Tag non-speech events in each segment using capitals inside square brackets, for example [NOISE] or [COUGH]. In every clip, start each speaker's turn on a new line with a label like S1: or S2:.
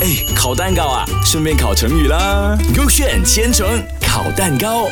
S1: 哎，烤蛋糕啊，顺便烤成语啦。勾选千层烤蛋糕，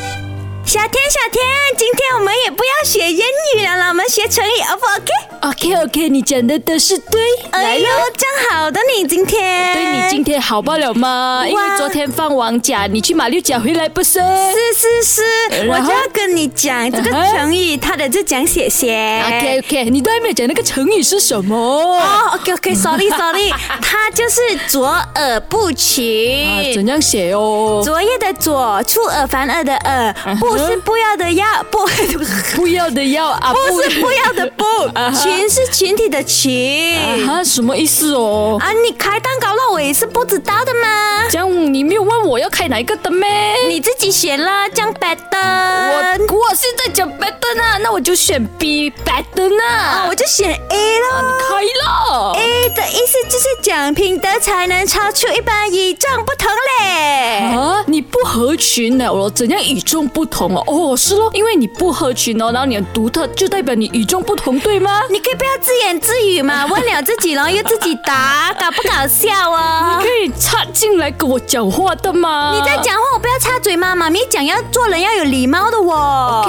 S2: 小天，小天，今天我们也不要学英语了啦，我们学成语，O 不 OK？
S3: OK OK，你讲的都是对。
S2: 哎
S3: 来
S2: 呦
S3: 了，，
S2: 真好的你今天，
S3: 对你今天好不了吗？因为昨天放完假，你去马六甲回来不是？
S2: 是是是，我
S3: 然后
S2: 就要跟你讲这个
S3: 嗯哼
S2: 成语，它的就讲写写。
S3: OK OK，你都还没有讲那个成语是什么？啊，
S2: 哦，OK
S3: [LAUGHS]
S2: OK，sorry sorry，它就是左耳不群。
S3: 怎样写哦？
S2: 昨夜的左，出尔反尔的尔，
S3: 嗯
S2: 不是不要的要，不 [LAUGHS] 不
S3: 不要的要啊，不
S2: 是不要的不，
S3: 嗯
S2: 群是群体的群。
S3: 啊，什么意思哦？
S2: 啊，你开蛋糕了，我也是不知道的嘛，
S3: 这样你没有问我要开哪一个灯咩？
S2: 你自己选啦，江白的。
S3: 我我现在讲白灯啊，那我就选 B 白灯
S2: 啊，
S3: 啊，
S2: 我就选 A 咯。
S3: 开了。
S2: A 的意思就是讲品德才能超出一般，与众不同嘞。
S3: 啊，你不合群了咯？怎样与众不同哦？哦，是咯，因为你不合群哦，然后你很独特，就代表你与众不同，对吗？
S2: 你可以不要自言自语
S3: [LAUGHS]
S2: 嘛，问了自己，然后又自己答，搞不搞笑哦
S3: 可？以啊插进来跟我讲话的吗？
S2: 你在讲话，我不要插嘴嘛，妈咪讲要做人要有礼貌的
S3: ？OK 嗯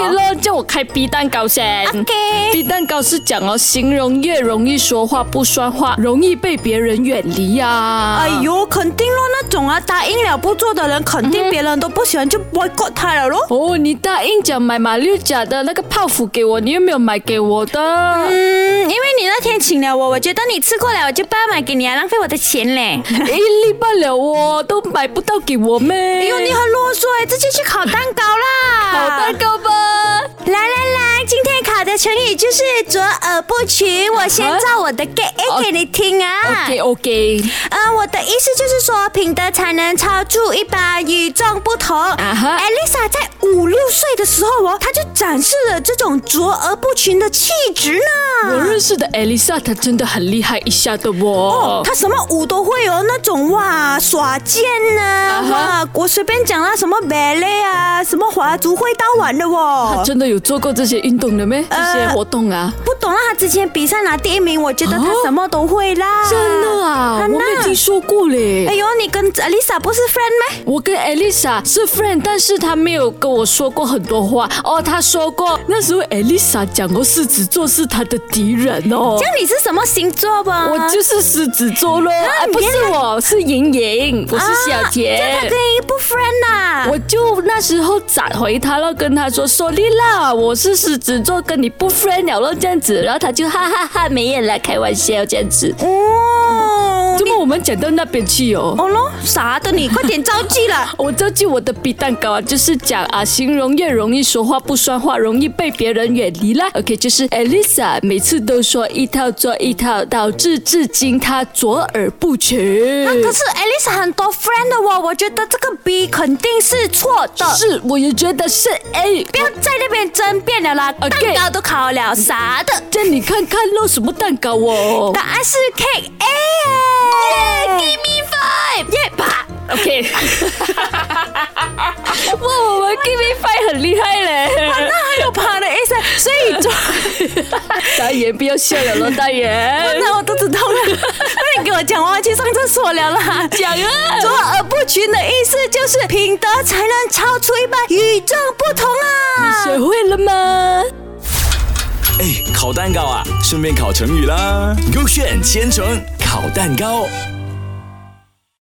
S2: 哦。
S3: 了，叫我开 B 蛋糕先。
S2: OK，
S3: B 蛋糕是讲哦，形容越容易说话不算话，容易被别人远离啊呀、
S2: 哎呦，肯定咯，那种啊，答应了不做的人，肯定别人都不喜欢，就 boycott 他了咯。
S3: 哦，你答应讲买马六甲的那个泡芙给我，你又没有买给我的。
S2: 嗯，因为你那天请了我，我觉得你吃过了，我就不要买给你啊，浪费我的钱嘞。
S3: 一粒半了哦，都买不到给我咩？哎
S2: 哎呦，你很啰嗦哎，直接去烤蛋糕啦！
S3: 好蛋糕吧。
S2: 来来来，今天考的成语就是左耳不群。我先
S3: 啊
S2: 照我的 get A 给你听啊。
S3: OK OK，
S2: 呃，我的意思就是说，品德才能超出一般，与众不同。
S3: 啊哈
S2: Elisa 在五六岁的时候哦，她就展示了这种卓而不群的气质
S3: 我
S2: 呢。
S3: 认识的 Elisa 她真的很厉害一下的
S2: 哦
S3: 哦，。
S2: 她什么舞都会哦，那种哇耍剑呐、
S3: 哈
S2: 哇，我随便讲啦，什么 ballet 啊，什么华族会刀玩的哦。
S3: 真的有做过这些运动的咩？这些活动啊？
S2: 不懂啊，他之前比赛拿第一名，我觉得他
S3: 哦
S2: 什么都会啦。
S3: 真的啊，我
S2: 真的
S3: 没有听说过嘞。
S2: 哎呦，你跟 Lisa 不是 friend 吗？
S3: 我跟 Elisa 是 friend，但是她没有跟我说过很多话哦。她说过那时候 Elisa 讲过狮子座是她的敌人哦
S2: 这。样你是什么星座吧？
S3: 我就是狮子座咯，哎，不是我，是莹莹，我是小
S2: 啊这样他
S3: 田
S2: 跟。你不 friend 啊呐、
S3: 我就那时候咋回他了，跟他说说丽啦，我是狮子座，跟你不 friend 了咯，这样子，然后他就哈哈哈没眼来开玩笑这样子。
S2: 哦，
S3: 怎么我们讲到那边去哦？
S2: 哦咯，啥的你，快点着急
S3: [LAUGHS]
S2: 了。
S3: 我造就我的比蛋糕啊，就是讲啊，形容越容易说话不算话，容易被别人远离啦。OK，就是 Elisa 每次都说一套做一套，导致至今她左耳不群。
S2: 啊可是 Lisa 很多 friend 的哦，我觉得这个 B 肯定是错的。
S3: 是，我也觉得是 A。
S2: 哎不要在那边争辩了啦
S3: OK
S2: 蛋糕都烤了，啥的。
S3: 这你看看咯，什么蛋糕哦
S2: 答案是 Cake A。Give me five。耶吧。
S3: ？OK，哇，
S2: [LAUGHS]
S3: 我们 Give me five 很厉害嘞！
S2: 那还有爬的意思，所以就
S3: [LAUGHS] 大爷不要笑了咯，大爷。
S2: 那 [LAUGHS] 我肚子痛
S3: [LAUGHS]
S2: 了。那你给我讲，我要去上厕所了啦。
S3: 讲啊！
S2: 卓尔不群的意思就是品德才能超出一般，与众不同啊！
S3: 学会了吗？
S1: 哎，烤蛋糕啊，顺便烤成语啦。勾选千层烤蛋糕。